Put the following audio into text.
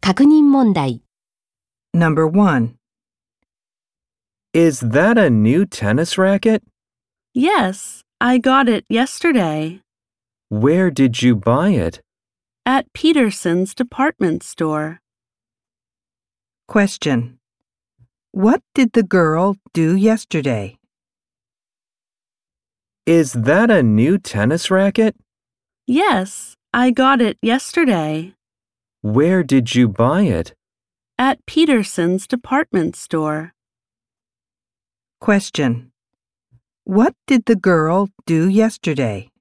確認問題、 Number 1. Is that a new tennis racket? Yes, I got it yesterday Where did you buy it? at Peterson's department store. Question. What did the girl do yesterday? Is that a new tennis racket? Yes, I got it yesterday Where did you buy it? at Peterson's department store. Question. What did the girl do yesterday?